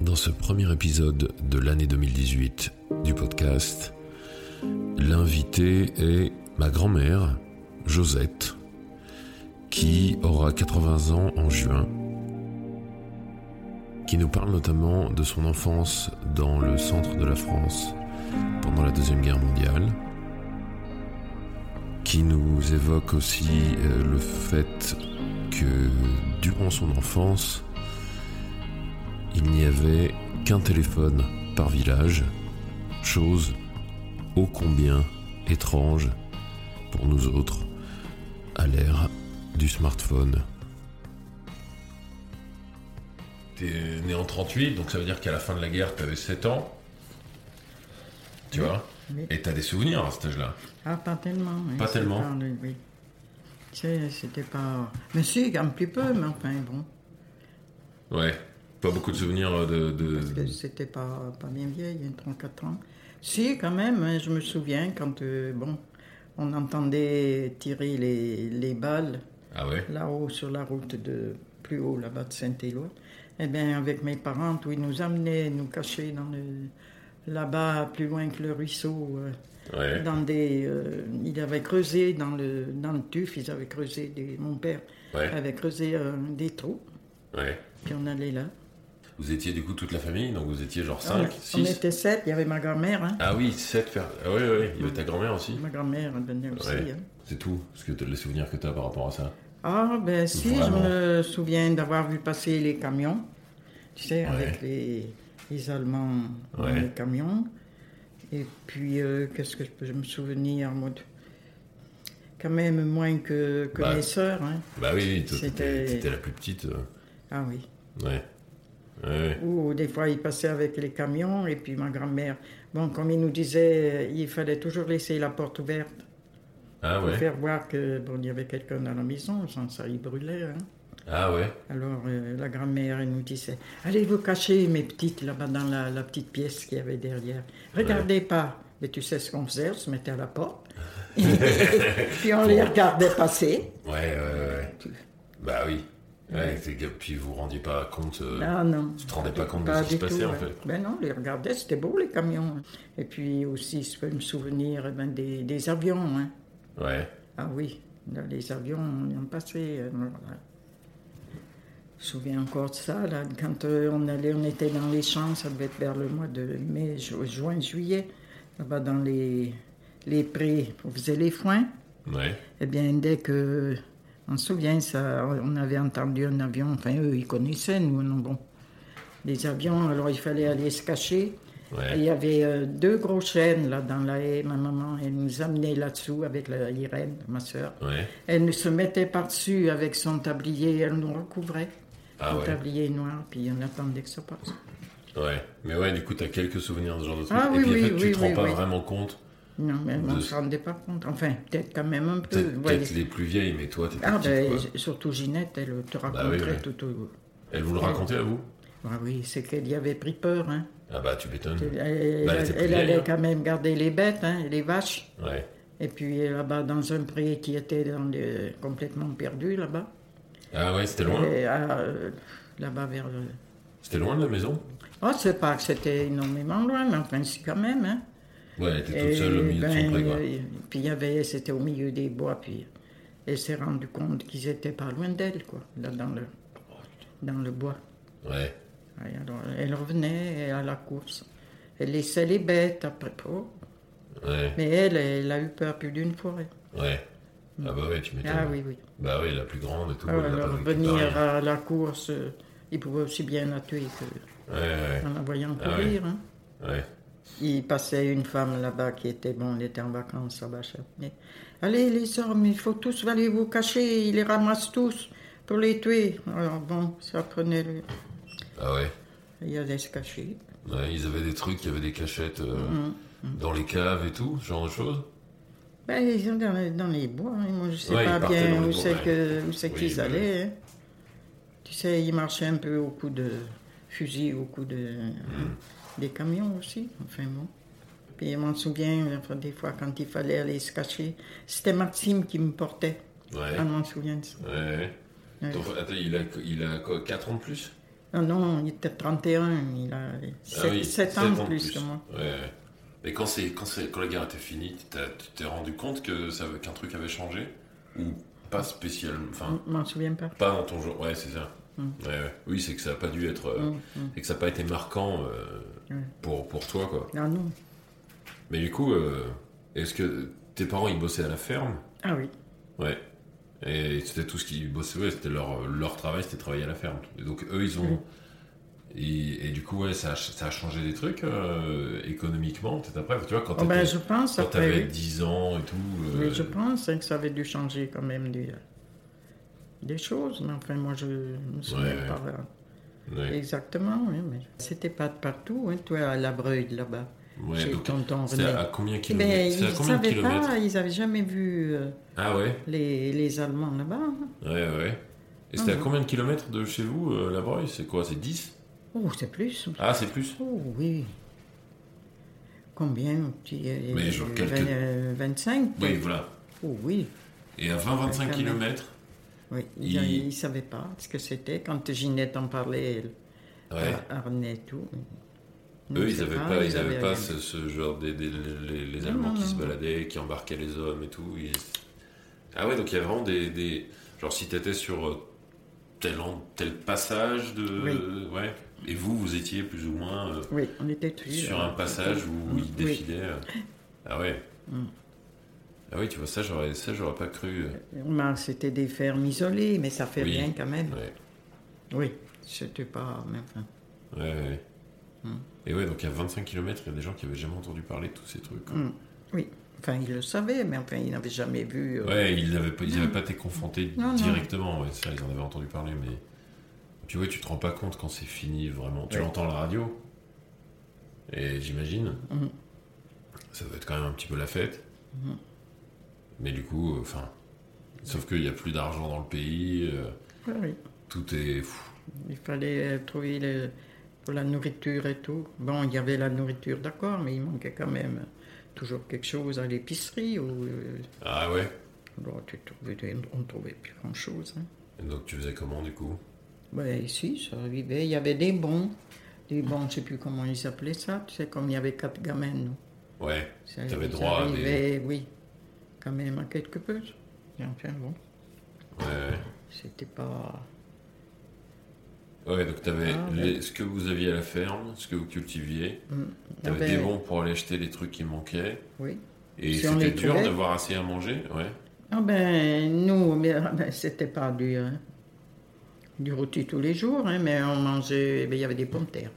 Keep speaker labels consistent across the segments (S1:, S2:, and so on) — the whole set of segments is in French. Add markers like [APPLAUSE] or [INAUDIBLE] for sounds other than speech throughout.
S1: Dans ce premier épisode de l'année 2018 du podcast, l'invité est ma grand-mère, Josette, qui aura 80 ans en juin, qui nous parle notamment de son enfance dans le centre de la France pendant la Deuxième Guerre mondiale, qui nous évoque aussi euh, le fait que durant son enfance, il n'y avait qu'un téléphone par village, chose ô combien étrange pour nous autres à l'ère du smartphone. T'es né en 38, donc ça veut dire qu'à la fin de la guerre, t'avais 7 ans. Tu vois
S2: oui.
S1: Et t'as des souvenirs à cet âge-là.
S2: Ah, pas tellement. oui,
S1: Pas
S2: c'est
S1: tellement.
S2: le- oui. Tu sais, c'était pas. Mais si, un petit peu, mais enfin, bon.
S1: Ouais. Pas beaucoup de souvenirs euh, de. de-
S2: Parce que c'était pas, pas bien vieille, hein, 34 ans. Si, quand même, hein, je me souviens quand, euh, bon, on entendait tirer les, les balles
S1: Ah ouais
S2: là-haut sur la route de. plus haut, là-bas de Saint-Éloi. Eh bien, avec mes parents, tout, ils nous amenaient, nous cachaient dans le. Là-bas, plus loin que le ruisseau, euh,
S1: Ouais.
S2: dans des, euh, ils avaient creusé dans le, dans le tuf, ils avaient creusé, des, mon père
S1: Ouais.
S2: avait creusé euh, des trous,
S1: Ouais.
S2: puis on allait là.
S1: Vous étiez du coup toute la famille, donc vous étiez genre
S2: on,
S1: 5,
S2: on
S1: 6.
S2: était sept, il y avait ma grand-mère, hein.
S1: Ah oui, 7 personnes. Ah ouais, ouais, ouais. Il y avait ta grand-mère aussi.
S2: ma grand-mère venait aussi.
S1: Ouais.
S2: hein.
S1: C'est tout, parce que t'as- les souvenirs que t'as par rapport à ça.
S2: Ah ben si,
S1: Vraiment.
S2: je me souviens d'avoir vu passer les camions, tu sais, avec les, les Allemands dans
S1: Ouais.
S2: les camions. Et puis, euh, qu'est-ce que je peux je me souvenir, moi, de- quand même moins que, que
S1: Bah.
S2: mes sœurs, hein.
S1: Bah oui, oui, toi,
S2: C'était-
S1: t'étais t'étais la plus petite. euh.
S2: Ah oui.
S1: Ouais. Ouais, ouais.
S2: Ou des fois, ils passaient avec les camions, et puis ma grand-mère, bon, comme il nous disait, euh, il fallait toujours laisser la porte ouverte
S1: Ah
S2: pour
S1: ouais.
S2: faire voir que bon, il y avait quelqu'un dans la maison, sans ça, il brûlait. hein.
S1: Ah ouais.
S2: Alors, euh, la grand-mère, elle nous disait, allez vous cacher, mes petites, là-bas dans la, la petite pièce qu'il y avait derrière. Regardez pas. Mais tu sais ce qu'on faisait, on se mettait à
S1: [LAUGHS]
S2: la porte, puis on les regardait passer.
S1: Ouais, ouais, ouais. Bah oui. Ouais, c'est que- puis vous vous rendiez pas compte. euh,
S2: Ah non.
S1: Tu te rendais pas compte de
S2: Pas
S1: ce qui se
S2: du
S1: passait
S2: tout,
S1: en
S2: ouais.
S1: fait.
S2: Ben non, les regardait, c'était beau les camions. Et puis aussi, je peux me souvenir eh ben, des, des avions. hein.
S1: Ouais.
S2: Ah oui, dans les avions, on y en passait. euh, voilà. Je me souviens encore de ça, là, quand euh, on allait, on était dans les champs, ça devait être vers le mois de mai, ju- juin, juillet, là-bas dans les, les prés, on faisait les foins.
S1: Ouais.
S2: Eh bien, dès que, on se souvient, ça, on avait entendu un avion, enfin, eux, ils connaissaient, nous, non, bon, les avions, alors il fallait aller se cacher. Et Il
S1: Ouais.
S2: y avait euh, deux gros chênes, là, dans la haie, ma maman, elle nous amenait là-dessous avec la, Irène, ma sœur.
S1: Ouais.
S2: Elle nous se mettait par-dessus avec son tablier, elle nous recouvrait,
S1: Ah
S2: son
S1: ouais.
S2: tablier noir, puis on attendait que ça passe.
S1: Ouais. Mais ouais, du coup, t'as quelques souvenirs de ce genre de truc.
S2: Ah
S1: Et
S2: oui,
S1: puis en
S2: oui,
S1: fait, tu
S2: oui,
S1: te rends
S2: oui,
S1: pas
S2: oui.
S1: vraiment compte.
S2: Non, mais on
S1: De-
S2: ne se rendait pas compte. Enfin, peut-être quand même un peu.
S1: Peut-être
S2: vous voyez.
S1: peut-être les plus vieilles, mais toi, t'étais
S2: Euh, Ah,
S1: petite.
S2: ben,
S1: quoi.
S2: surtout Ginette, elle te
S1: Bah oui,
S2: raconterait
S1: oui.
S2: tout au...
S1: Elle vous le racontait à vous
S2: Ah oui, c'est qu'elle y avait pris peur, hein.
S1: Ah bah, tu m'étonnes.
S2: Elle, elle-
S1: Bah, elle était plus
S2: elle
S1: vieille, hein.
S2: allait quand même garder les bêtes, hein, et les vaches.
S1: Ouais.
S2: Et puis là-bas, dans un pré qui était dans le- complètement perdu là-bas,
S1: Ah ouais, c'était loin
S2: Et, à, euh, là-bas vers le...
S1: C'était loin de la maison
S2: Oh, c'est pas que c'était énormément loin, mais enfin, c'est quand même. Hein.
S1: Ouais, elle était toute seule au
S2: Et,
S1: milieu de
S2: ben,
S1: son pré, quoi.
S2: euh, puis il y avait, c'était au milieu des bois, puis elle s'est rendue compte qu'ils étaient pas loin d'elle, quoi, là, dans le, dans le bois.
S1: Ouais.
S2: Ouais, alors, elle revenait à la course. Elle laissait les bêtes après. Oh.
S1: Ouais.
S2: Mais elle, elle a eu peur plus d'une fois. elle.
S1: Ouais. Ah bah ouais, tu m'étonnes.
S2: Ah oui, oui.
S1: Bah oui, Ah la plus grande et tout. elle
S2: Alors,
S1: l'a pas vécu
S2: venir
S1: pareil.
S2: à la course, euh, il pouvait aussi bien la tuer que-
S1: Ouais, ouais,
S2: en la voyant
S1: Ah ouais.
S2: courir. hein.
S1: ouais.
S2: Il passait une femme là-bas qui était, bon, elle était en vacances là-bas, je sais pas. Mais, Allez, les hommes, il faut tous aller vous cacher, ils les ramassent tous pour les tuer. Alors bon, ça prenait le.
S1: Ah ouais.
S2: Il allait se cacher.
S1: Ouais, ils avaient des trucs, il y avait des cachettes euh,
S2: Mm-hmm.
S1: dans les caves et tout, ce genre de choses.
S2: Ben, ils sont dans, les- dans les bois, hein. moi je sais
S1: Ouais,
S2: pas
S1: ils partaient dans
S2: bien
S1: les
S2: où
S1: bois,
S2: c'est
S1: ouais.
S2: que- où c'est
S1: Oui,
S2: qu'ils
S1: bah oui.
S2: allaient. hein. Tu sais, ils marchaient un peu au coup de fusil, au coup de,
S1: Mm.
S2: des camions aussi, enfin bon. Puis je m'en souviens, enfin, des fois, quand il fallait aller se cacher, c'était Maxime qui me portait.
S1: Ouais.
S2: Ah, je m'en souviens de ça.
S1: Ouais. Ton frère- attends, il a, il a quoi, 4 ans de plus
S2: Ah non, il était 31, il a 7,
S1: Ah oui, sept
S2: ans de plus que moi.
S1: Ouais, ouais. Et quand, c'est, quand, c'est, quand la guerre était finie, tu t'as- tu t'es rendu compte que ça, qu'un truc avait changé Ou pas spécialement Enfin,
S2: Je m'en souviens pas.
S1: pas dans ton jour. Ouais, c'est ça.
S2: Mm.
S1: Ouais, ouais. Oui, c'est que ça n'a pas dû être. euh,
S2: Mm, mm.
S1: Et que ça n'a pas été marquant euh,
S2: Ouais.
S1: pour, pour toi, quoi.
S2: Ah non.
S1: Mais du coup, euh, est-ce que tes parents, ils bossaient à la ferme
S2: Ah oui.
S1: Ouais. Et c'était tout ce qu'ils bossaient, ouais, c'était leur, leur travail, c'était travailler à la ferme. Et donc eux, ils ont. Et, et du coup, ouais, ça, a ch- ça a changé des trucs euh, économiquement, peut-être après. Tu vois, quand
S2: Oh, ben,
S1: t'étais-
S2: je pense
S1: quand
S2: après.
S1: t'avais
S2: oui.
S1: 10 ans et tout. euh,
S2: Mais je pense hein, que ça avait dû changer quand même des, des choses. Mais enfin, moi, je me souviens
S1: Ouais, ouais.
S2: pas euh,
S1: ouais.
S2: exactement. oui, mais c'était pas de partout, hein, toi, à la Breuil, là-bas.
S1: Ouais,
S2: chez
S1: donc,
S2: tonton
S1: c'est
S2: René.
S1: à combien de
S2: Mais
S1: kilomètres C'est à
S2: Eh ben, ils
S1: combien de
S2: savaient
S1: kilomètres
S2: pas, ils avaient jamais vu euh,
S1: Ah ouais
S2: les, les Allemands là-bas. hein.
S1: Ouais, ouais. Et c'était à
S2: Mhm.
S1: combien de kilomètres de chez vous, euh, la Breuil C'est quoi C'est 10
S2: Oh, c'est plus.
S1: Ah, c'est plus
S2: Oh oui. Combien mon petit, euh,
S1: Mais genre
S2: euh,
S1: quelques-
S2: vingt- euh, 25
S1: Oui,
S2: peut-être.
S1: voilà.
S2: Oh oui.
S1: Et à 20-25
S2: Ouais, quand même.
S1: kilomètres
S2: oui. Ils
S1: Il-
S2: ne savaient pas ce que c'était. Quand Ginette en parlait, elle,
S1: Ouais.
S2: Ar- Arnais Euh, et tout. Nous,
S1: Eux,
S2: je
S1: ils
S2: sais
S1: n'avaient pas, ils avaient
S2: avaient
S1: pas
S2: rien.
S1: ce, ce genre des, des- les, les
S2: Non,
S1: Allemands
S2: non,
S1: qui se
S2: non.
S1: baladaient, qui embarquaient les hommes et tout. ils- Ah ouais, donc il y a vraiment des, des- genre si t'étais sur euh, tel en- tel passage de, ouais. Et vous, vous étiez plus ou moins euh,
S2: Oui, on était tous.
S1: sur un passage où
S2: euh, Oui.
S1: ils défilaient. euh. Ah ouais.
S2: Mm.
S1: Ah oui, tu vois ça, j'aurais ça, j'aurais pas cru. euh.
S2: Ben, C'était des fermes isolées, mais ça fait
S1: Oui.
S2: rien quand même.
S1: Ouais,
S2: Oui, c'était pas. Mais enfin,
S1: ouais, ouais.
S2: Mm.
S1: Et ouais, donc à 25 km, il y a des gens qui avaient jamais entendu parler de tous ces trucs. quoi.
S2: hum, oui, enfin, ils le savaient, mais enfin, ils n'avaient jamais vu. euh,
S1: Ouais, ils n'avaient pas, ils avaient pas été confrontés
S2: Hmm. Non, non.
S1: directement, ouais, ça, ils en avaient entendu parler, mais. Puis ouais, tu te rends pas compte quand c'est fini vraiment. Tu
S2: Ouais.
S1: l'entends à la radio, et j'imagine.
S2: Mhm.
S1: Ça doit être quand même un petit peu la fête.
S2: Mhm.
S1: Mais du coup, euh, enfin. Sauf qu'il n'y a plus d'argent dans le pays, euh,
S2: ouais, Ah oui.
S1: tout est. fou.
S2: Il fallait euh, trouver le- pour la nourriture et tout. Bon, il y avait la nourriture, d'accord, mais il manquait quand même toujours quelque chose à l'épicerie. Ou, euh,
S1: Ah ouais
S2: alors, tu trouvais, on ne trouvait plus grand-chose. hein.
S1: Et Donc tu faisais comment du coup
S2: Ouais, ici, Ben, ça arrivait. Il y avait des bons. Des bons, je ne sais plus comment ils appelaient ça. Tu sais, comme il y avait quatre gamins, nous.
S1: Ouais.
S2: Ça-
S1: T'avais
S2: ça
S1: droit à des-
S2: arrivait, oui. Quand même, à quelque peu. Et enfin, bon,
S1: Ouais, ouais.
S2: c'était pas...
S1: Ouais, donc t'avais
S2: Ah, ouais.
S1: les- ce que vous aviez à la ferme, ce que vous cultiviez,
S2: Hum, il y
S1: t'avais
S2: avait-
S1: des bons pour aller acheter les trucs qui manquaient.
S2: Oui.
S1: Et
S2: Si on
S1: c'était
S2: les
S1: dur
S2: trouvait.
S1: d'avoir assez à manger, ouais.
S2: Ah ben, nous, mais, [LAUGHS] ah ben, c'était pas du... euh, du rôti tous les jours, hein, mais on mangeait... ben, il y avait des pommes de terre.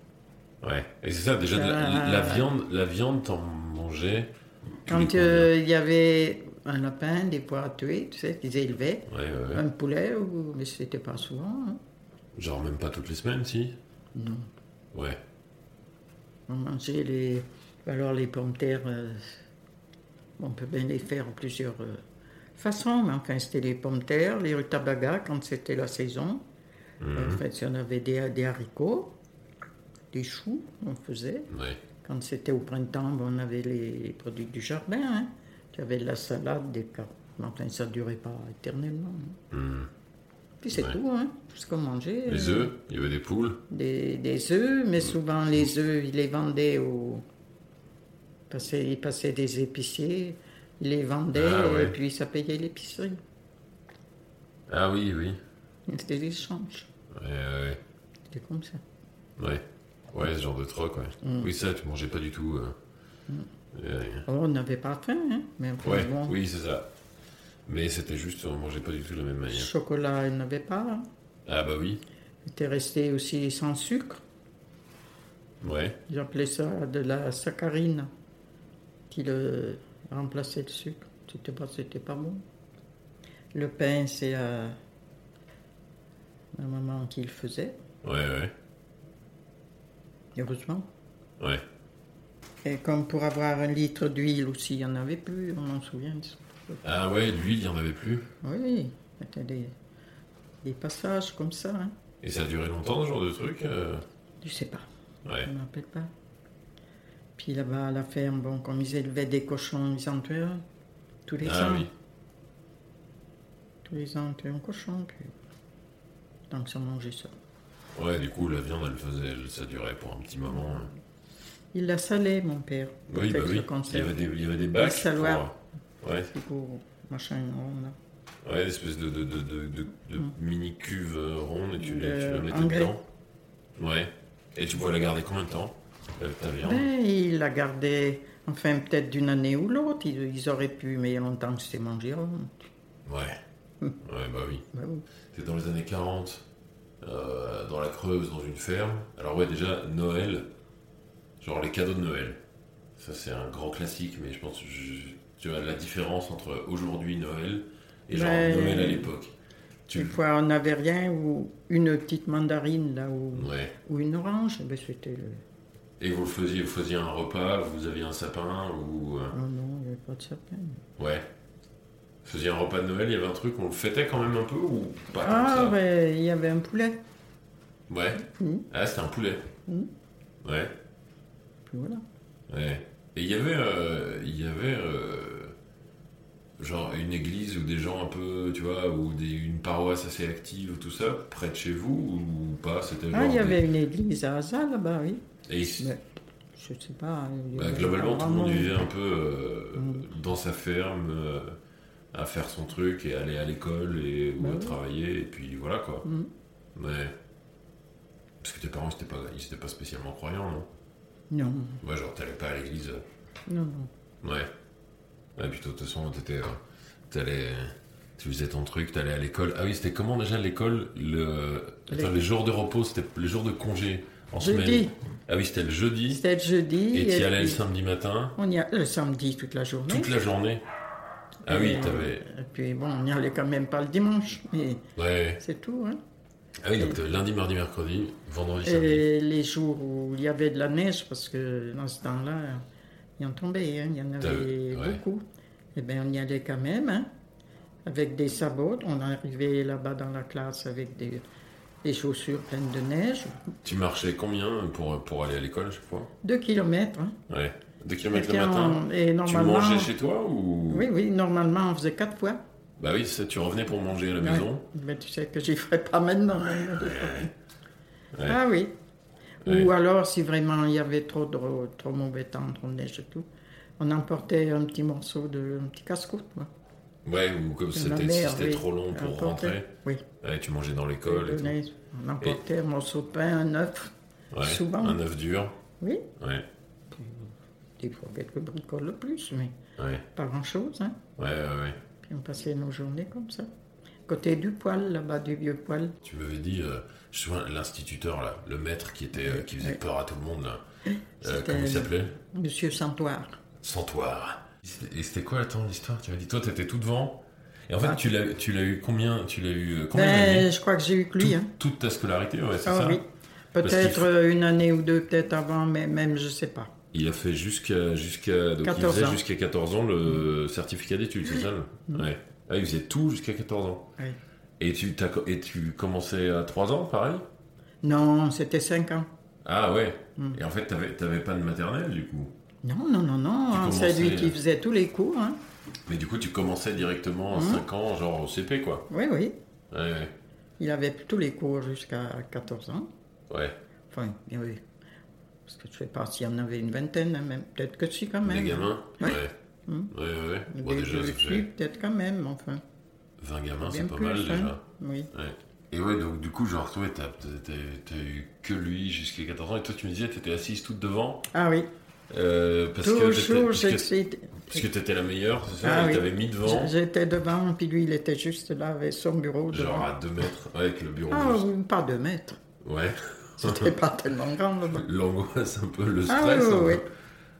S1: Ouais. Et c'est ça, déjà, de la,
S2: Ça-
S1: la viande, la viande, t'en mangeais. tous les
S2: Ah, Quand
S1: coups,
S2: euh, il y avait un lapin, des pois à tuer, tu sais, qu'ils élevaient.
S1: Ouais, ouais, ouais.
S2: Un poulet, ou... mais c'était pas souvent. hein.
S1: Genre même pas toutes les semaines, si
S2: Non.
S1: Ouais.
S2: On mangeait les. Alors les pommes de terre, euh, on peut bien les faire en plusieurs euh, façons, mais enfin c'était les pommes de terre, les rutabagas quand c'était la saison. En
S1: Mhm.
S2: fait, si on avait des, des haricots, des choux, on faisait.
S1: Ouais.
S2: Quand c'était au printemps, ben, on avait les, les produits du jardin. Hein. Tu avais de la salade, des carottes. Mais Enfin, ça ne durait pas éternellement. hein.
S1: Mhm.
S2: Puis c'est
S1: Ouais.
S2: tout, hein. tout ce qu'on mangeait.
S1: Les
S2: euh,
S1: œufs, il y avait des poules.
S2: des, des œufs, mais souvent les œufs, ils les vendaient au. Passaient, ils passaient des épiciers, ils les vendaient
S1: Ah, ouais.
S2: et puis ça payait l'épicerie.
S1: Ah oui, oui.
S2: C'était l'échange.
S1: Ouais, ouais,
S2: C'était comme ça.
S1: ouais. Ouais, Ouais, ce genre de troc, ouais.
S2: Mm.
S1: Oui, ça, tu mangeais pas du tout. euh. Ouais.
S2: Alors, on n'avait pas faim, hein, mais enfin,
S1: Ouais,
S2: bon,
S1: oui, c'est ça. Mais c'était juste, on mangeait pas du tout de la même manière.
S2: chocolat, il n'avait pas. hein.
S1: Ah bah oui,
S2: Il était resté aussi sans sucre.
S1: ouais.
S2: J'appelais ça de la saccharine qui le remplaçait le sucre. C'était pas, c'était pas bon. Le pain, c'est euh, la maman qui le faisait.
S1: Ouais, ouais.
S2: Heureusement.
S1: Ouais.
S2: Et comme pour avoir un litre d'huile aussi, il n'y en avait plus, on en souvient. de ça.
S1: Ah ouais, l'huile, il y en avait plus.
S2: Oui, c'était des, des passages comme ça. Hein.
S1: Et ça a duré longtemps, ce genre de truc euh.
S2: Je sais pas,
S1: Ouais.
S2: je ne me rappelle pas. Puis là-bas, à la ferme, bon, comme ils élevaient des cochons, ils en tuaient un, tous les
S1: Ah
S2: ans.
S1: oui.
S2: Tous les ans, on tuait un cochon. Puis... Donc, ils ont mangé ça.
S1: Ouais, du coup, la viande, elle faisait, elle- ça durait pour un petit moment. hein.
S2: Il la salait, mon père. pour
S1: Oui, bah
S2: faire que
S1: oui.
S2: je
S1: Il y
S2: conserve.
S1: avait des, il y avait des bacs.
S2: saloir.
S1: pour, euh, ouais,
S2: Du coup, machin rond, là.
S1: ouais, une espèce de, de, de, de, de- de mini cuve euh, ronde et tu, la- tu la
S2: Mm. De
S1: mettais
S2: engrais.
S1: dedans. Ouais. Et tu pouvais la garder combien de temps euh, Ta viande
S2: Ben, il la gardait, enfin, peut-être d'une année ou l'autre. Ils, ils auraient pu, mais il y a longtemps que c'était mangé rond.
S1: Ouais. Ouais, bah oui.
S2: Ben oui.
S1: C'est dans les années 40, euh, dans la Creuse, dans une ferme. Alors ouais, déjà, Noël, genre les cadeaux de Noël. Ça, c'est un grand classique, mais je pense que je- tu vois la différence entre aujourd'hui Noël et genre
S2: Ouais.
S1: Noël à l'époque. Tu...
S2: Une fois, on n'avait rien, ou une petite mandarine, là, ou,
S1: Ouais.
S2: ou une orange. Ben, c'était le...
S1: Et vous le faisiez, vous faisiez un repas, vous aviez un sapin, ou... euh,
S2: Non, non, il n'y avait pas de sapin.
S1: Ouais. Vous faisiez un repas de Noël, il y avait un truc, on le fêtait quand même un peu, ou pas comme
S2: Ah,
S1: ça
S2: ben, il y avait un poulet.
S1: Ouais.
S2: Mm.
S1: Ah, c'était un poulet.
S2: Mm.
S1: Ouais.
S2: Puis voilà.
S1: Ouais. Et il y avait, euh, il y avait euh, genre une église ou des gens un peu, tu vois, ou des- une paroisse assez active ou tout ça, près de chez vous ou pas C'était genre
S2: Ah, il y
S1: des-
S2: avait une église à Asa, là-bas, oui.
S1: Et ils-
S2: Mais je sais pas. il y
S1: bah,
S2: avait
S1: globalement, tout le
S2: vraiment-
S1: monde vivait un peu euh,
S2: Mm.
S1: dans sa ferme, euh, à faire son truc et aller à l'école et ou
S2: Bah
S1: à
S2: oui.
S1: travailler et puis voilà quoi.
S2: Mm.
S1: Mais parce que tes parents, c'était pas, ils étaient pas spécialement croyants, non
S2: Non,
S1: Moi, genre, t'allais pas à l'église.
S2: non, non.
S1: Ouais. Ouais, puis de toute façon, t'étais. euh, t'allais. euh, Tu faisais ton truc, t'allais à l'école. Ah oui, c'était comment déjà l'école le... Attends,
S2: Les-
S1: les jours de repos, c'était les jours de congé en semaine.
S2: Jeudi,
S1: Ah oui, c'était le jeudi.
S2: c'était le jeudi.
S1: Et t'y allais le
S2: puis
S1: samedi matin,
S2: On y allait le samedi toute la journée.
S1: toute la journée. Ah oui,
S2: Et, euh,
S1: t'avais.
S2: et puis bon, on n'y allait quand même pas le dimanche, mais
S1: Ouais.
S2: c'est tout. hein.
S1: Ah oui, donc t'avais lundi, mardi, mercredi, vendredi, samedi.
S2: Et les jours où il y avait de la neige, parce que dans ce temps-là, il en tombait, hein, il y en
S1: T'as-
S2: avait
S1: ouais.
S2: beaucoup. Et bien, on y allait quand même, hein, avec des sabots. On arrivait là-bas dans la classe avec des, des chaussures pleines de neige.
S1: Tu marchais combien pour, pour aller à l'école à chaque fois
S2: Deux kilomètres. hein.
S1: Ouais. 2
S2: Et
S1: km le
S2: puis,
S1: matin.
S2: on- et
S1: Tu
S2: normalement,
S1: mangeais chez toi ou.
S2: Oui, oui, normalement, on faisait quatre fois.
S1: Bah oui, c'est ça, tu revenais pour manger à la
S2: Ouais.
S1: maison.
S2: Mais tu sais que j'y ferai pas maintenant. hein.
S1: Ouais.
S2: Ah oui.
S1: Ouais.
S2: Ou alors, si vraiment il y avait trop de trop mauvais temps, trop de neige et tout, on emportait un petit morceau de un petit casse-croûte. quoi.
S1: Ouais, ou comme
S2: De
S1: c'était
S2: ma
S1: si
S2: mère,
S1: c'était
S2: oui.
S1: trop long pour
S2: Emporter.
S1: rentrer,
S2: Oui.
S1: ouais, tu mangeais dans
S2: on
S1: l'école et tout.
S2: donnait- On emportait un morceau de pain, un œuf.
S1: Ouais,
S2: souvent.
S1: Un œuf dur,
S2: Oui.
S1: ouais,
S2: Des fois quelques bricoles de plus, mais
S1: ouais,
S2: pas grand-chose. Hein.
S1: ouais, ouais. ouais.
S2: Puis on passait nos journées comme ça. Côté du poil, là-bas, du vieux poil.
S1: Tu m'avais dit, euh, je me souviens, l'instituteur là, le maître qui était, euh, qui faisait
S2: Ouais.
S1: peur à tout le monde là. Euh,
S2: C'était-
S1: comment il s'appelait
S2: Monsieur Santoire.
S1: Santoire. Et c'était quoi attends l'histoire Tu m'as dit, toi t'étais tout devant. Et en fait,
S2: Ah.
S1: tu l'as, tu l'as eu combien Tu l'as eu euh, combien d'années
S2: Ben, je crois que j'ai eu que lui.
S1: Tout-
S2: hein.
S1: Toute ta scolarité, ouais, c'est
S2: Ah
S1: ça.
S2: oui.
S1: Parce qu'il
S2: Peut-être
S1: faut-
S2: euh, une année ou deux, peut-être avant, mais même je sais pas.
S1: Il a fait jusqu'à jusqu'à donc
S2: 14
S1: il faisait
S2: ans. Mm.
S1: jusqu'à 14 ans le certificat d'études, c'est ça le- Ouais. Ah, il faisait tout jusqu'à 14 ans.
S2: Ouais.
S1: Et tu t'as co- et tu commençais à 3 ans pareil
S2: Non, c'était 5 ans.
S1: Ah ouais.
S2: Mm.
S1: Et en fait, t'avais t'avais pas de maternelle du coup.
S2: Non, non, non, non.
S1: Tu
S2: hein, c'est
S1: commençais,
S2: lui qui
S1: euh,
S2: faisait tous les cours. hein.
S1: Mais du coup, tu commençais directement à
S2: Mm.
S1: 5 ans genre au CP quoi.
S2: Oui, oui.
S1: Ouais, Ouais.
S2: Il avait tous les cours jusqu'à 14 ans.
S1: Ouais.
S2: Enfin, oui. Parce que je sais pas s'il y en avait une vingtaine, hein, même. Peut-être que si, quand même.
S1: Les gamins. Ouais.
S2: Ouais.
S1: Ouais
S2: Mm.
S1: ouais. ouais.
S2: Des-
S1: Bon, déjà,
S2: des
S1: ça
S2: filles,
S1: fait
S2: Peut-être quand même, enfin.
S1: 20 gamins,
S2: bien
S1: c'est pas
S2: plus,
S1: mal
S2: hein.
S1: déjà.
S2: Oui.
S1: Ouais. Et ouais, donc du coup, genre toi, t'as t'as- t'as- t'as eu que lui jusqu'à 14 ans et toi tu me disais t'étais assise toute devant.
S2: Ah oui.
S1: Euh, parce que t'étais-
S2: Toujours,
S1: parce que-
S2: j'étais.
S1: parce que t'étais la meilleure, c'est ça
S2: Ah
S1: Elle
S2: oui.
S1: t'avait mis devant,
S2: J'étais devant, puis lui, il était juste là avec son bureau.
S1: genre
S2: devant.
S1: à 2 mètres, ouais, avec le bureau.
S2: Ah,
S1: juste.
S2: oui, pas deux mètres.
S1: Ouais.
S2: [LAUGHS] C'était pas tellement grand là-bas.
S1: [LAUGHS] L'angoisse un peu, le
S2: Ah
S1: stress.
S2: oui,
S1: un peu.
S2: oui,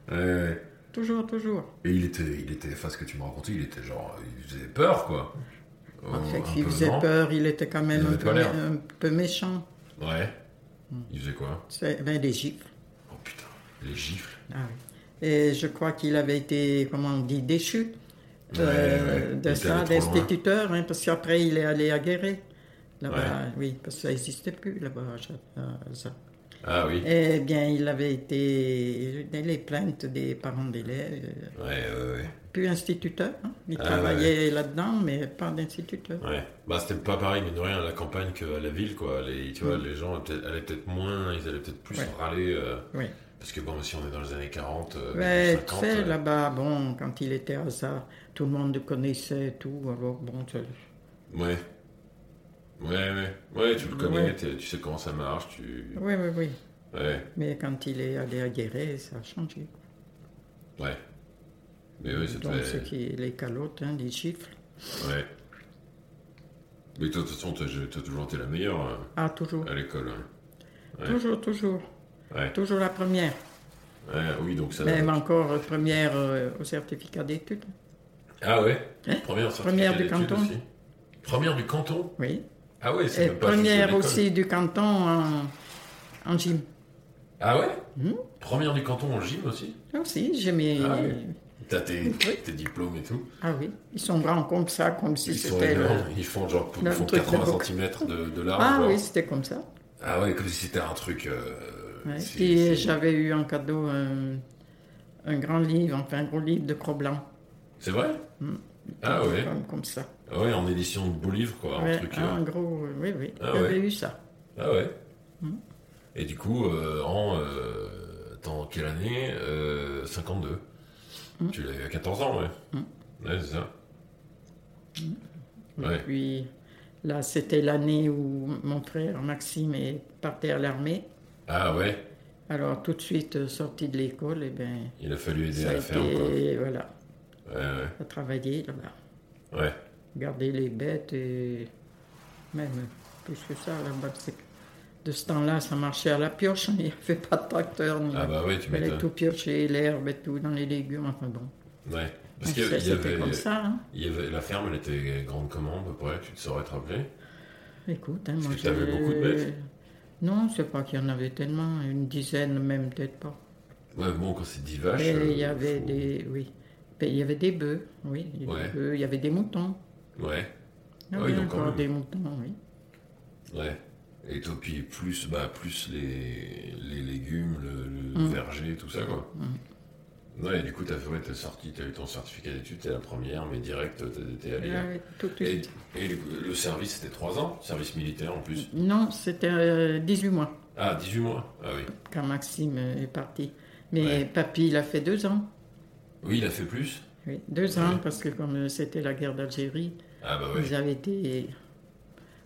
S1: Ouais, ouais.
S2: Toujours, toujours.
S1: Et il était, il était, enfin ce que tu me racontais, il était genre, il faisait peur quoi. Oh,
S2: En fait,
S1: un
S2: il
S1: peu,
S2: faisait
S1: non
S2: peur, il était quand
S1: Il
S2: même un
S1: avait pas
S2: peu,
S1: l'air.
S2: mé- un peu méchant.
S1: Ouais.
S2: Hmm.
S1: Il faisait quoi
S2: C'est ben, des gifles.
S1: Oh putain, les gifles.
S2: Ah oui. Et je crois qu'il avait été, comment on dit, déchu euh,
S1: Ouais, ouais. Il
S2: de
S1: était
S2: ça,
S1: allé trop loin.
S2: d'instituteur, hein, parce qu'après, il est allé à Guéret. Là-bas,
S1: Ouais.
S2: oui, parce que ça n'existait plus là-bas. à Cha- à ça.
S1: Ah oui.
S2: Eh bien, il avait été. Les plaintes des parents d'élèves, euh,
S1: Ouais, ouais, ouais.
S2: plus instituteur. hein. Il travaillait là-dedans, mais pas d'instituteur.
S1: Ah Ouais. Bah, c'était pas pareil, mais de rien, à la campagne qu'à la ville, quoi. Les, tu vois, les gens allaient peut-être peut moins, ils allaient peut-être plus
S2: Hmm. Ouais.
S1: râler. euh,
S2: Oui.
S1: parce que bon, si on est dans les années 40, euh,
S2: Ouais, tu
S1: 50,
S2: sais,
S1: euh,
S2: là-bas, bon, quand il était à ça, tout le monde le connaissait, tout. Alors, bon, ça-
S1: euh, ouais. Ouais, ouais. Ouais, tu le connais,
S2: Ouais.
S1: t'es- tu sais comment ça marche, tu.
S2: oui, oui, oui.
S1: Ouais,
S2: Mais quand il est allé à Guéret, ça a changé.
S1: ouais. Mais oui, ça te
S2: Donc,
S1: fait-
S2: ce qui est les calottes, hein, les chiffres.
S1: Ouais. Mais toi, de toute façon, t'as t'as toujours été la meilleure euh,
S2: Ah, toujours.
S1: à l'école. hein. ouais.
S2: Toujours, toujours.
S1: Ouais.
S2: Toujours la première.
S1: Ouais, ah oui, donc ça.
S2: Même encore euh, première euh, au certificat d'études.
S1: Ah ouais
S2: Hein
S1: Première certificat
S2: Première du
S1: d'études
S2: canton.
S1: aussi. Première du canton
S2: Oui.
S1: Ah ouais, c'est
S2: Et
S1: même pas juste de
S2: première
S1: l'école.
S2: aussi du canton en, en gym.
S1: Ah ouais
S2: Mhm.
S1: Première du canton en gym aussi
S2: Aussi, j'ai mis.
S1: Ah oui. T'as tes,
S2: Oui.
S1: tes diplômes et tout.
S2: Ah oui, ils sont grands comme ça, comme si
S1: Ils sont
S2: c'était. le-
S1: énormes. Ils font genre ils
S2: euh, le
S1: font
S2: truc de
S1: 80
S2: boxe.
S1: cm de, de large.
S2: Ah
S1: genre.
S2: oui, c'était comme ça.
S1: Ah ouais, comme si c'était un truc. euh,
S2: Ouais.
S1: c'est-
S2: Et
S1: c'est-
S2: j'avais eu en cadeau un, un grand livre, enfin un gros livre de Cro-Blanc.
S1: C'est vrai
S2: Mhm.
S1: Ah ouais.
S2: Comme, comme ça.
S1: Ah ouais, en édition de beau livre, quoi.
S2: Ouais,
S1: un truc.
S2: ah,
S1: euh,
S2: en gros, euh, oui, oui,
S1: Ah
S2: j'avais
S1: ouais.
S2: eu ça.
S1: Ah ouais.
S2: Mhm.
S1: Et du coup, euh, en. euh, attends, quelle année Euh, 52.
S2: Mhm.
S1: Tu l'as eu à 14 ans, ouais.
S2: Hmm.
S1: Ouais, c'est ça.
S2: Et Hmm.
S1: Ouais.
S2: puis là, c'était l'année où mon frère Maxime est parti à l'armée.
S1: Ah ouais,
S2: Alors tout de suite euh, sorti de l'école, et ben
S1: il a fallu aider
S2: ça
S1: à
S2: a
S1: la ferme, quoi.
S2: été, voilà,
S1: Ouais,
S2: à travailler
S1: ouais.
S2: là-bas,
S1: ouais.
S2: garder les bêtes et même euh, plus que ça là-bas. c'est que De ce temps-là, ça marchait à la pioche, il n'y avait pas de tracteur, ni
S1: Ah bah ouais, tu
S2: il fallait
S1: m'étonnes.
S2: tout piocher, l'herbe et tout, dans les légumes, enfin bon.
S1: Ouais. Parce
S2: Donc,
S1: qu'il y, avait-
S2: ça,
S1: il y
S2: c'était
S1: avait-
S2: comme ça, hein.
S1: il y avait. La ferme, elle était grande comment, à peu près Tu te saurais te rappeler
S2: Écoute, hein, moi
S1: que t'avais
S2: j'ai-
S1: beaucoup de bêtes
S2: Non, c'est pas qu'il y en avait tellement, une dizaine même, peut-être pas.
S1: Ouais, bon, quand c'est 10 vaches.
S2: Mais
S1: euh,
S2: il y avait
S1: faut-
S2: des, oui, Mais il y avait des bœufs, oui, il y avait
S1: Ouais.
S2: des bœufs, il y avait des moutons.
S1: Ouais,
S2: Il y
S1: Ah oui,
S2: avait
S1: donc, quand
S2: encore
S1: même.
S2: des moutons, oui.
S1: ouais. Et toi, puis plus, bah, plus les, les légumes, le, le
S2: Mm.
S1: verger, tout ça, quoi. Ouais, et du coup, t'as fait, ouais, t'as sorti, t'as eu ton certificat d'études, t'es la première, mais direct, t'as- t'es allé.
S2: Ah oui, tout de
S1: Et,
S2: suite.
S1: et le, le service, c'était 3 ans Service militaire en plus
S2: Non, c'était euh, 18 mois
S1: Ah, 18 mois Ah oui.
S2: quand Maxime euh, est parti. Mais
S1: Ouais.
S2: papy, il a fait deux ans.
S1: Oui, il a fait plus
S2: Oui, deux ans,
S1: Ouais.
S2: parce que comme euh, c'était la guerre d'Algérie,
S1: Ah bah ouais.
S2: ils avaient été,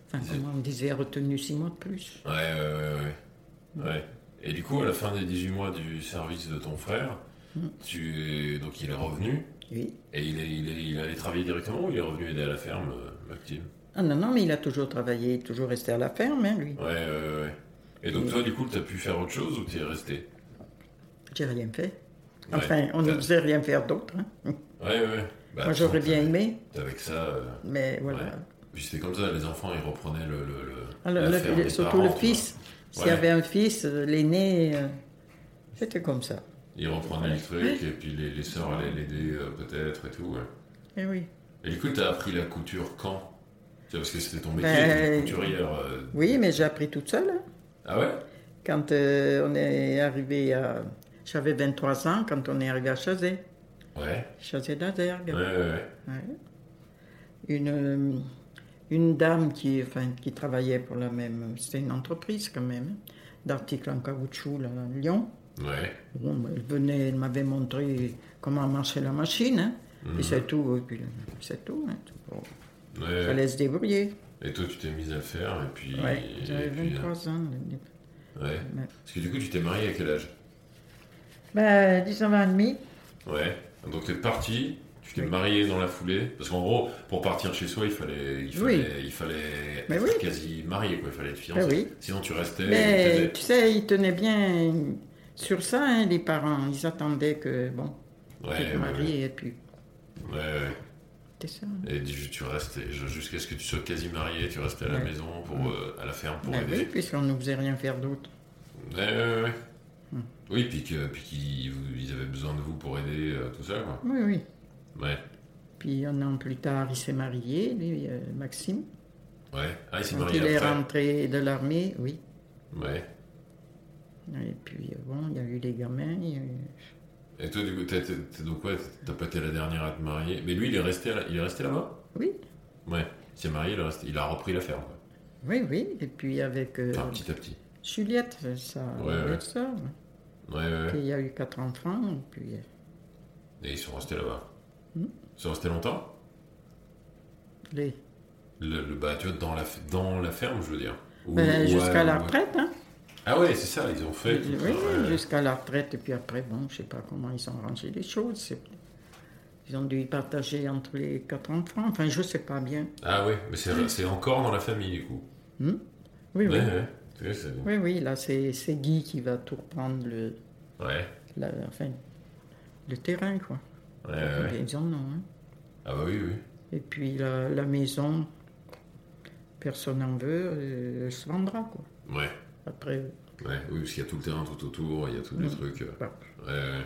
S2: enfin,
S1: Ils-
S2: comment on disait, retenus six mois de plus.
S1: Ouais, ouais, ouais, ouais. ouais. Et du coup, à la fin des 18 mois du service de ton frère,
S2: Mm.
S1: tu es... donc il est revenu
S2: Oui.
S1: et il est, il est, il est allé travailler directement ou il est revenu aider à la ferme, euh, Maxime
S2: Ah non, non, mais il a toujours travaillé, il est toujours resté à la ferme, hein, lui.
S1: Ouais, ouais, ouais, ouais. Et donc,
S2: Oui.
S1: toi, du coup, t'as pu faire autre chose ou t'es resté
S2: J'ai rien fait.
S1: Ouais. Euh,
S2: Enfin, on ne
S1: Ouais.
S2: faisait rien faire d'autre. hein.
S1: Ouais, ouais, ouais. Bah,
S2: Moi, j'aurais
S1: t'avais-
S2: bien aimé,
S1: t'avais Avec ça. euh,
S2: mais voilà.
S1: Ouais. Puis c'était comme ça, les enfants, ils reprenaient le. le, le-
S2: Alors,
S1: la
S2: Ah, le-
S1: ferme
S2: le-
S1: des
S2: surtout
S1: parents,
S2: le
S1: quoi.
S2: fils. S'il
S1: Ouais.
S2: y avait un fils, euh, l'aîné, euh, c'était comme ça.
S1: Ils reprenaient le
S2: Ouais.
S1: truc et puis les, les sœurs allaient l'aider euh, peut-être et tout, ouais.
S2: Eh oui.
S1: Et du coup, t'as appris la couture quand Tu sais, Parce que c'était ton métier,
S2: Ben,
S1: t'étais couturière. euh,
S2: Oui, mais j'ai appris toute seule. hein.
S1: Ah ouais
S2: Quand euh, on est arrivé à. J'avais 23 ans quand on est arrivé à Chazé,
S1: Ouais,
S2: Chazé d'Azergue.
S1: ouais, ouais. ouais.
S2: Ouais. Une, euh, une dame qui, enfin, qui travaillait pour la même. C'était une entreprise quand même, hein, d'articles en caoutchouc là, à Lyon.
S1: Ouais,
S2: Bon, ben, elle venait, elle m'avait montré comment marchait la machine. hein.
S1: Mhm.
S2: Puis c'est tout, et puis c'est tout. hein. Bon,
S1: ouais.
S2: Fallait se débrouiller.
S1: Et toi, tu t'es mise à le faire et puis.
S2: Ouais,
S1: et
S2: j'avais
S1: puis,
S2: 23 ans.
S1: euh, Ouais.
S2: Ouais.
S1: Parce que du coup, tu t'es mariée à quel âge
S2: Ben, 19 ans et demi.
S1: Ouais. Donc, t'es partie, tu t'es
S2: Oui.
S1: mariée dans la foulée. Parce qu'en gros, pour partir de chez soi, il fallait, il
S2: Oui.
S1: fallait, il fallait
S2: Mais
S1: être
S2: oui.
S1: quasi marié, quoi. Il fallait être fiancé.
S2: Ben oui.
S1: Sinon, tu restais. et
S2: Mais
S1: t'aidais.
S2: tu sais, ils tenaient bien sur ça, hein, les parents. Ils attendaient que, bon, tu
S1: Ouais,
S2: te
S1: ouais,
S2: maries et puis.
S1: ouais, ouais.
S2: C'était ça. hein.
S1: Et tu, tu restais je- jusqu'à ce que tu sois quasi marié, tu restais à la
S2: Ouais.
S1: maison pour euh, à la ferme pour
S2: Ben oui,
S1: aider.
S2: puisqu'on ne faisait rien faire d'autre.
S1: Ouais, ouais, ouais. Oui, puis que puis qu'ils vous- ils avaient besoin de vous pour aider euh, tout ça quoi.
S2: Oui, oui.
S1: Ouais.
S2: Puis un an plus tard, il s'est marié, lui, euh, Maxime.
S1: Ouais. Ah, il s'est
S2: Quand
S1: marié
S2: il est
S1: après.
S2: rentré de l'armée, oui.
S1: Ouais.
S2: Et puis, euh, bon, il y a eu les gamins. il y a eu-
S1: Et toi, du coup, t'as, t'as- t'as- donc ouais, t'as pas été la dernière à te marier. Mais lui, il est resté, à la- il est resté là-bas
S2: Oui,
S1: Ouais. Il s'est marié, il, est resté- il a repris l'affaire. Quoi.
S2: oui, oui. Et puis avec euh,
S1: Enfin, petit à petit.
S2: Juliette, euh, sa
S1: Ouais, ouais.
S2: belle sœur.
S1: Ouais, ouais, ouais.
S2: Il y a eu quatre enfants. Et puis, euh,
S1: Et ils sont restés là-bas.
S2: Hmm.
S1: Ils sont restés longtemps
S2: les...
S1: le, le- Bah, tu vois, dans la, f- dans la ferme, je veux dire. Ou-
S2: Ben,
S1: ou à-
S2: jusqu'à la
S1: ou à-
S2: retraite, hein.
S1: Ah ouais, c'est ça, ils ont fait. tout
S2: Oui,
S1: ça,
S2: oui,
S1: ouais.
S2: jusqu'à la retraite. Et puis après, bon, je sais pas comment ils ont rangé les choses. c'est- Ils ont dû y partager entre les quatre enfants. Enfin, je sais pas bien.
S1: Ah ouais, mais c'est, c'est encore dans la famille, du coup.
S2: Oui,
S1: Ouais,
S2: oui.
S1: ouais. Tu vois, c'est-
S2: Oui, oui, là, c'est c'est Guy qui va tout reprendre le,
S1: Ouais.
S2: la, enfin, le terrain, quoi.
S1: Ouais, Euh, ouais, ouais.
S2: Ils en ont, hein.
S1: Ah bah oui, oui.
S2: Et puis la, la maison, personne n'en veut, euh, elle se vendra, quoi.
S1: Ouais.
S2: Après,
S1: Ouais, oui, parce qu'il y a tout le terrain tout autour, il y a tous les
S2: Mm.
S1: trucs. euh,
S2: bah,
S1: Ouais, ouais.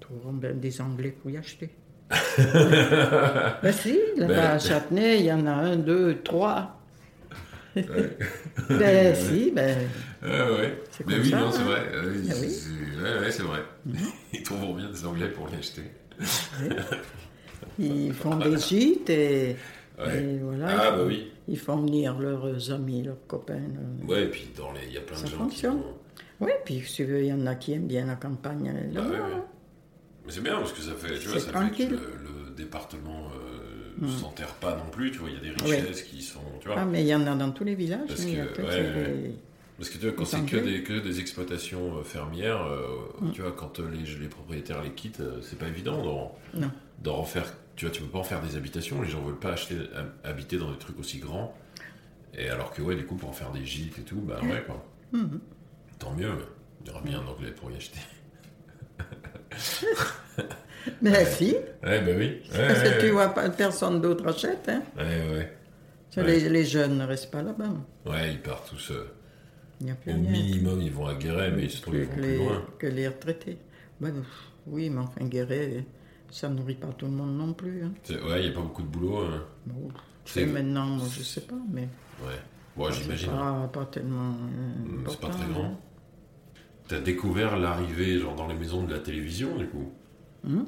S2: trouveront ben des Anglais pour y acheter.
S1: [LAUGHS]
S2: ben si, là-bas à Châtenay, il y en a un, deux, trois. [LAUGHS] ben si, ben...
S1: Euh, [LAUGHS] ouais.
S2: C'est
S1: Mais
S2: comme
S1: oui,
S2: ça,
S1: non, c'est
S2: hein.
S1: vrai. Euh, oui,
S2: Ah
S1: c'est-
S2: oui.
S1: c'est- ouais, ouais, c'est vrai. [LAUGHS] Ils trouveront bien des Anglais pour les acheter.
S2: Ils font des gîtes et,
S1: Ouais.
S2: et voilà.
S1: Ah,
S2: ils-
S1: bah oui.
S2: Ils font venir leurs amis, leurs copains. euh, leurs-
S1: Ouais, et puis dans les, il y a plein
S2: Ça
S1: de gens
S2: fonctionne.
S1: qui vont-
S2: Oui, puis si tu veux, il y en a qui aiment bien la campagne. euh,
S1: Ah,
S2: là-bas.
S1: ouais, ouais. Mais c'est bien parce que ça fait, tu vois,
S2: C'est
S1: ça
S2: tranquille. Mm.
S1: fait que le, le département euh, s'enterre pas non plus. Tu vois, il y a des
S2: Ah Ouais.
S1: richesses qui sont, tu vois.
S2: Ah, mais il y en a dans tous les villages.
S1: Parce
S2: hein, il y a
S1: que,
S2: tous
S1: ouais,
S2: les-
S1: Parce que tu vois, quand
S2: Ils
S1: c'est
S2: sont
S1: que
S2: vieux.
S1: des, que des exploitations euh, fermières, euh,
S2: Mm.
S1: tu vois, quand euh, les, les propriétaires les quittent, euh, c'est pas évident d'en,
S2: Non.
S1: d'en refaire. Tu vois, tu peux pas en faire des habitations, les gens veulent pas acheter, hab- habiter dans des trucs aussi grands. Et alors que, ouais, du coup, pour en faire des gîtes et tout, bah ouais, quoi.
S2: Mhm.
S1: Tant mieux, il y aura
S2: Mm.
S1: bien d'anglais pour y acheter. [LAUGHS]
S2: Mais si,
S1: Ouais, bah oui. Ouais,
S2: [LAUGHS] parce que
S1: ouais,
S2: tu vois, pas- personne d'autre achète. hein.
S1: ouais, ouais.
S2: Tu vois,
S1: Ouais.
S2: Les, les jeunes ne restent pas là-bas.
S1: Ouais, ils partent tous. euh,
S2: Il n'y a plus
S1: au
S2: rien.
S1: minimum, ils vont à Guéret, mais ils se trouvent, ils vont
S2: Plus que,
S1: plus
S2: les,
S1: loin.
S2: que les retraités. Ben, pff, oui, mais enfin, Guéret, ça nourrit pas tout le monde non plus. hein.
S1: C'est- Ouais, il y a pas beaucoup de boulot. hein.
S2: Bon,
S1: C'est-
S2: et maintenant, moi, je sais pas, mais
S1: Ouais. Bon,
S2: Ah, c'est
S1: j'imagine.
S2: pas, pas
S1: Mm,
S2: tellement. euh,
S1: C'est pas
S2: important,
S1: très
S2: hein.
S1: grand. T'as découvert l'arrivée genre dans les maisons de la télévision du coup.
S2: Hmm.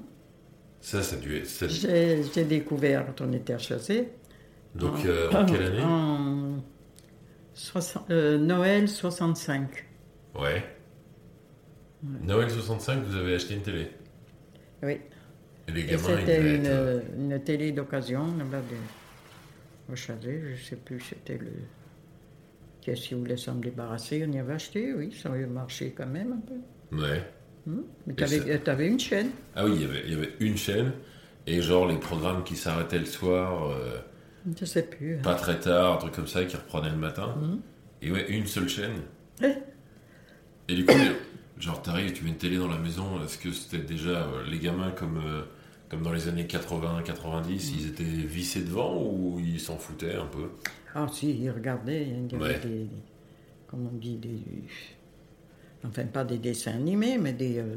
S1: Ça, ça a dû être. ça-
S2: J'ai j'ai découvert quand on était à Chassé.
S1: Donc euh, en quelle
S2: [COUGHS]
S1: année
S2: En soixante- euh, Noël 65.
S1: Ouais. Noël 65, vous avez acheté une télé.
S2: Oui.
S1: Et les
S2: Et
S1: gamins, ils
S2: c'était
S1: devaient
S2: une,
S1: être, euh,
S2: une télé d'occasion là-bas de- au Chalet, je ne sais plus, c'était le. Qu'est-ce qu'ils voulaient s'en débarrasser On y avait acheté, oui, ça avait marché quand même un peu.
S1: euh, Ouais.
S2: Hmm. Mais
S1: Et
S2: tu
S1: ça-
S2: avais, une chaîne.
S1: Ah oui, il y avait- il y avait une chaîne et genre les programmes qui s'arrêtaient le soir, euh,
S2: Je ne sais plus. hein.
S1: pas très tard, un truc comme ça, qui reprenaient le matin.
S2: Mhm.
S1: Et ouais, une seule chaîne.
S2: Eh,
S1: Et du coup, genre, t'arrives, tu mets une télé dans la maison, est-ce que c'était déjà euh, les gamins comme, euh, comme dans les années 80-90,
S2: Mhm.
S1: ils étaient vissés devant ou ils s'en foutaient un peu
S2: Ah, si, ils regardaient. hein, Il y avait
S1: Ouais.
S2: des, des- Comment on dit des, Enfin, pas des dessins animés, mais des. euh,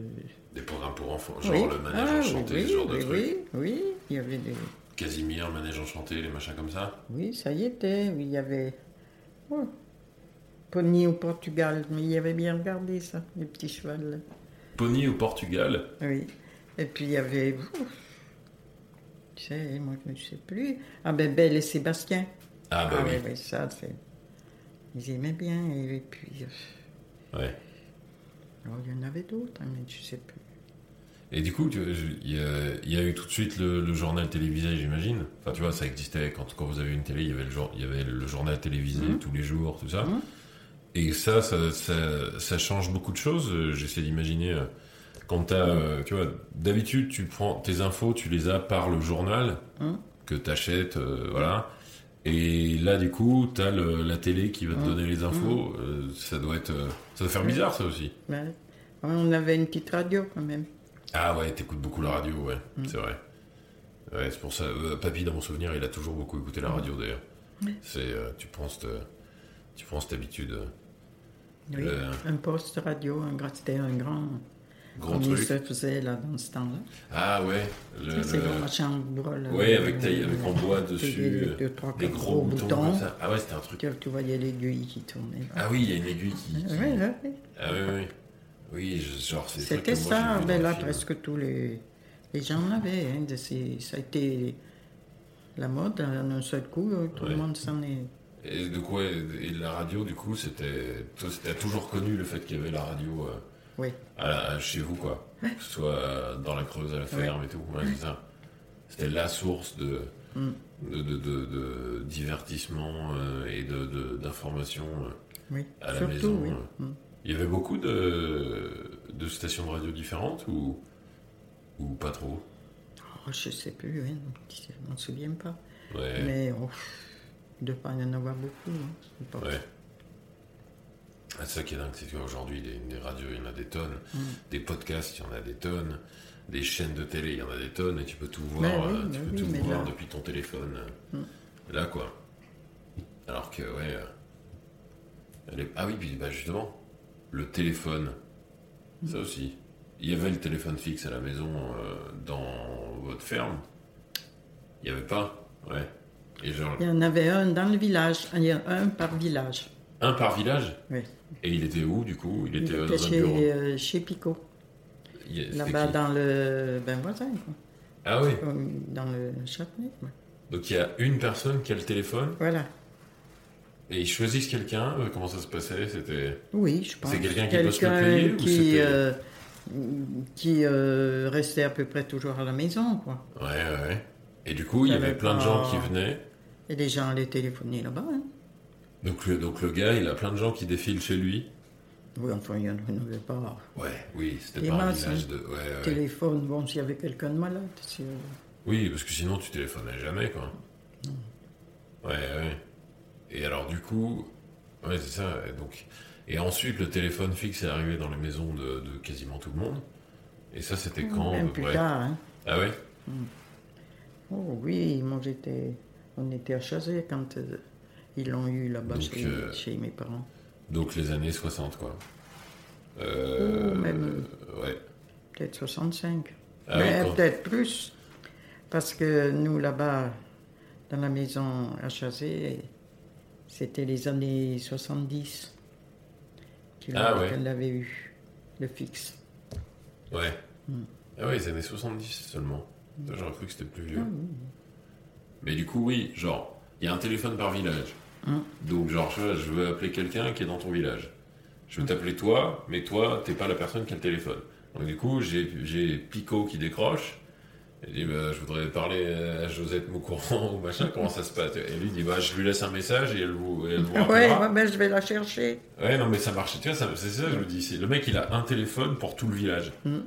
S1: Des programmes pour enfants, genre
S2: oui.
S1: le manège
S2: Ah,
S1: enchanté,
S2: oui,
S1: ce genre de
S2: oui,
S1: truc.
S2: oui, oui, il y avait des.
S1: Casimir, manège enchanté, les machins comme ça.
S2: Oui, ça y était. oui, Il y avait. Oh, Pony au Portugal, mais il y avait bien regardé ça, les petits chevals.
S1: Pony au Portugal.
S2: là. Oui. Et puis il y avait. Ouf. Tu sais, moi je ne sais plus. Ah ben Belle et Sébastien.
S1: Ah bah oui,
S2: oui, oui, ça, c'est. Ils aimaient bien. Et puis. euh,
S1: ouais.
S2: oh, il y en avait d'autres, hein, mais je ne sais plus.
S1: Et du coup, tu vois, je- il y, a- il y a eu tout de suite le, le journal télévisé, j'imagine. Enfin, tu vois, ça existait quand, quand vous avez une télé, il y avait le, jour- il y avait le journal télévisé tous les jours, tout ça.
S2: Mhm.
S1: Et ça ça, ça, ça change beaucoup de choses. Euh, J'essaie d'imaginer euh, quand t'as, euh, tu vois, d'habitude, tu prends tes infos, tu les as par le journal
S2: Mhm.
S1: que t'achètes, euh, voilà. Et là, du coup, t'as le- la télé qui
S2: Mhm.
S1: va te donner les infos. Euh, ça doit être, euh, ça doit faire bizarre, ça aussi.
S2: Mais, ouais, on avait une petite radio quand même.
S1: Ah ouais, t'écoutes beaucoup la radio, ouais,
S2: Mm.
S1: c'est vrai. Ouais, c'est pour ça. euh, papy, dans mon souvenir, il a toujours beaucoup écouté
S2: Mm.
S1: la radio d'ailleurs. C'est, euh, tu prends cette, tu prends cette habitude, euh,
S2: Oui.
S1: Le-
S2: Un poste radio, un grand- c'était un grand.
S1: grand
S2: comme il
S1: truc.
S2: se faisait là dans ce temps-là.
S1: Ah ouais, le,
S2: C'est
S1: le-
S2: dans la chambre. là.
S1: ouais, avec taille, avec en bois dessus,
S2: Des,
S1: euh,
S2: deux, trois,
S1: des
S2: quatre
S1: gros boutons.
S2: boutons.
S1: comme ça. Ah ouais, c'était un truc.
S2: Tu, tu voyais l'aiguille qui tournait. là.
S1: Ah oui, il y a une aiguille qui. qui-
S2: Ouais, là, oui.
S1: Ah oui, oui. Oui, je- genre, c'est des trucs
S2: C'était
S1: que moi, j'ai
S2: ça,
S1: vu
S2: ben
S1: dans
S2: là
S1: le film.
S2: presque tous les, les gens l'avaient. hein, de ces- ça a été la mode en un seul coup, euh, tout
S1: Ouais.
S2: le monde s'en est.
S1: Et de quoi Et la radio, du coup, c'était. Toi, t'as toujours connu le fait qu'il y avait la radio euh,
S2: Oui.
S1: à la- à chez vous, quoi. Que ce soit euh, dans la Creuse, à la ferme et tout. Ouais, c'est ça. C'était la source de.
S2: Mm.
S1: De, de, de- de divertissement euh, et de- de- d'information. De,
S2: Oui,
S1: À la
S2: surtout,
S1: maison,
S2: oui.
S1: euh,
S2: Mm.
S1: Il y avait beaucoup de, de stations de radio différentes ou, ou pas trop
S2: Oh, je sais plus, hein, je m'en souviens pas.
S1: Ouais.
S2: Mais oh, il ne doit pas y en avoir beaucoup. hein, je pense.
S1: Ouais. Ah, C'est ça qui est dingue, c'est qu'aujourd'hui, les, les radios, il y en a des tonnes.
S2: Mm.
S1: Des podcasts, il y en a des tonnes. Des chaînes de télé, il y en a des tonnes. Et tu peux tout voir,
S2: Mais Bah oui,
S1: euh, tu
S2: mais
S1: peux
S2: oui,
S1: tout
S2: mais
S1: voir
S2: là- Mm.
S1: depuis ton téléphone. euh, Là, quoi. Alors que, ouais. euh, elle est- Ah oui, puis bah, justement, le téléphone.
S2: Mm.
S1: Ça aussi. Il y avait le téléphone fixe à la maison euh, dans votre ferme. Il n'y avait pas Ouais. Et genre,
S2: Il y en avait un dans le village, il y en a un par village.
S1: un par village
S2: Oui.
S1: Et il était où du coup Il
S2: Il
S1: était euh,
S2: était
S1: dans un bureau.
S2: chez, euh, chez Picot,
S1: Il y a- c'était
S2: là-bas
S1: qui
S2: dans le ben voisin, quoi.
S1: Ah oui.
S2: Euh, dans le Châtenay. ouais.
S1: Donc il y a une personne qui a le téléphone
S2: Voilà.
S1: et ils choisissent quelqu'un. Euh, Comment ça se passait C'était.
S2: Oui, je pense.
S1: C'est quelqu'un qui peut se le
S2: Quelqu'un
S1: payer ou
S2: qui,
S1: c'était-
S2: euh, qui euh, restait à peu près toujours à la maison, quoi.
S1: Ouais, ouais. ouais. Et du coup, il y
S2: Ça
S1: avait
S2: va
S1: plein de
S2: pas-
S1: gens qui venaient.
S2: Et les gens allaient téléphoner là-bas. hein.
S1: Donc le, donc le gars, il a plein de gens qui défilent chez lui.
S2: Oui, enfin, il n'y en avait pas.
S1: Ouais, oui, c'était
S2: Des
S1: pas un
S2: masses,
S1: village
S2: hein.
S1: de. Ouais, Ah ouais.
S2: Téléphone, bon, s'il y avait quelqu'un de malade. si-
S1: Oui, parce que sinon tu téléphonais jamais, quoi. Ouais, ouais. Et alors du coup, ouais, c'est ça. Et donc, et ensuite le téléphone fixe est arrivé dans les maisons de, de quasiment tout le monde. Et ça, c'était quand à
S2: Mmh, Même
S1: peu
S2: plus
S1: près
S2: tard. hein.
S1: Ah ouais.
S2: Oh oui, moi j'étais. On était à Chazé quand euh, ils l'ont eu là-bas
S1: Donc,
S2: chez,
S1: euh,
S2: chez mes parents.
S1: Donc les années 60, quoi. Euh,
S2: Oh, même.
S1: euh, ouais.
S2: Peut-être 65.
S1: Ah oui,
S2: Mais
S1: quand-
S2: peut-être plus. Parce que nous là-bas, dans la maison à Chazé, c'était les années 70 qu'il
S1: Ah
S2: a-
S1: ouais.
S2: qu'elle avait eu, le fixe.
S1: Ouais. Ah ouais, les années 70 seulement. Ça, J'aurais cru que c'était plus vieux.
S2: Ah
S1: Mais du coup, oui, genre, il y a un téléphone par village. Donc, genre, je, je veux appeler quelqu'un qui est dans ton village. Je veux t'appeler toi, mais toi, t'es pas la personne qui a le téléphone. Donc, du coup, j'ai j'ai Pico qui décroche. Il dit, bah, je voudrais parler à Josette Moucourant [LAUGHS] ou machin, comment ça se passe Et lui dit, bah, je lui laisse un message et elle vous, et elle vous
S2: Ah [LAUGHS] ouais,
S1: rappellera.
S2: ouais, ben, je vais la chercher.
S1: Ouais, non, mais ça marche. Tu vois, ça- c'est ça, je me dis. c'est- Le mec, il a un téléphone pour tout le village.
S2: Mm.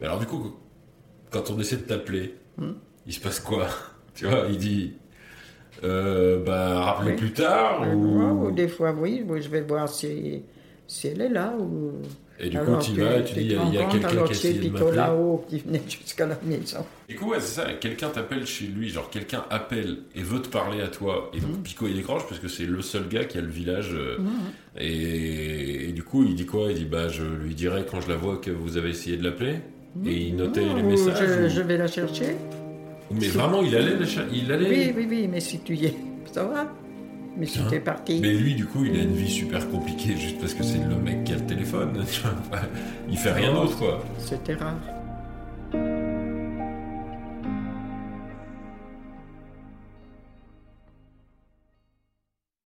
S1: Mais alors, du coup, quand on essaie de t'appeler,
S2: Mm.
S1: il se passe quoi [LAUGHS] Tu vois, il dit. euh, bah, rappelez
S2: Oui.
S1: plus tard
S2: Euh, ouais,
S1: ou...
S2: Ou des fois, oui, oui, je vais voir si, si elle est là. Ou...
S1: Et
S2: Ah
S1: du coup, tu vas et tu dis, il y a- il y a quelqu'un qui a essayé de m'appeler.
S2: là-haut qui venait jusqu'à la maison.
S1: Du coup, ouais, c'est ça. Quelqu'un t'appelle chez lui, genre quelqu'un appelle et veut te parler à toi. Et
S2: Mmh.
S1: donc, Pico, il décroche parce que c'est le seul gars qui a le village. euh, Et, et du coup, il dit quoi Il dit, bah, je lui dirai quand je la vois que vous avez essayé de l'appeler. Et il notait les
S2: Ou
S1: messages.
S2: Mmh. je,
S1: ou-
S2: je vais la chercher.
S1: Mais vraiment, il allait, le cha- il allait.
S2: Oui, oui, oui, mais si tu y es, ça va. Mais si
S1: Hein
S2: t'es parti.
S1: Mais lui, du coup, il a une vie super [LAUGHS]
S2: Oh.
S1: compliquée juste parce que c'est le mec qui a le téléphone. tu vois. il fait rien d'autre, quoi.
S2: C'était rare.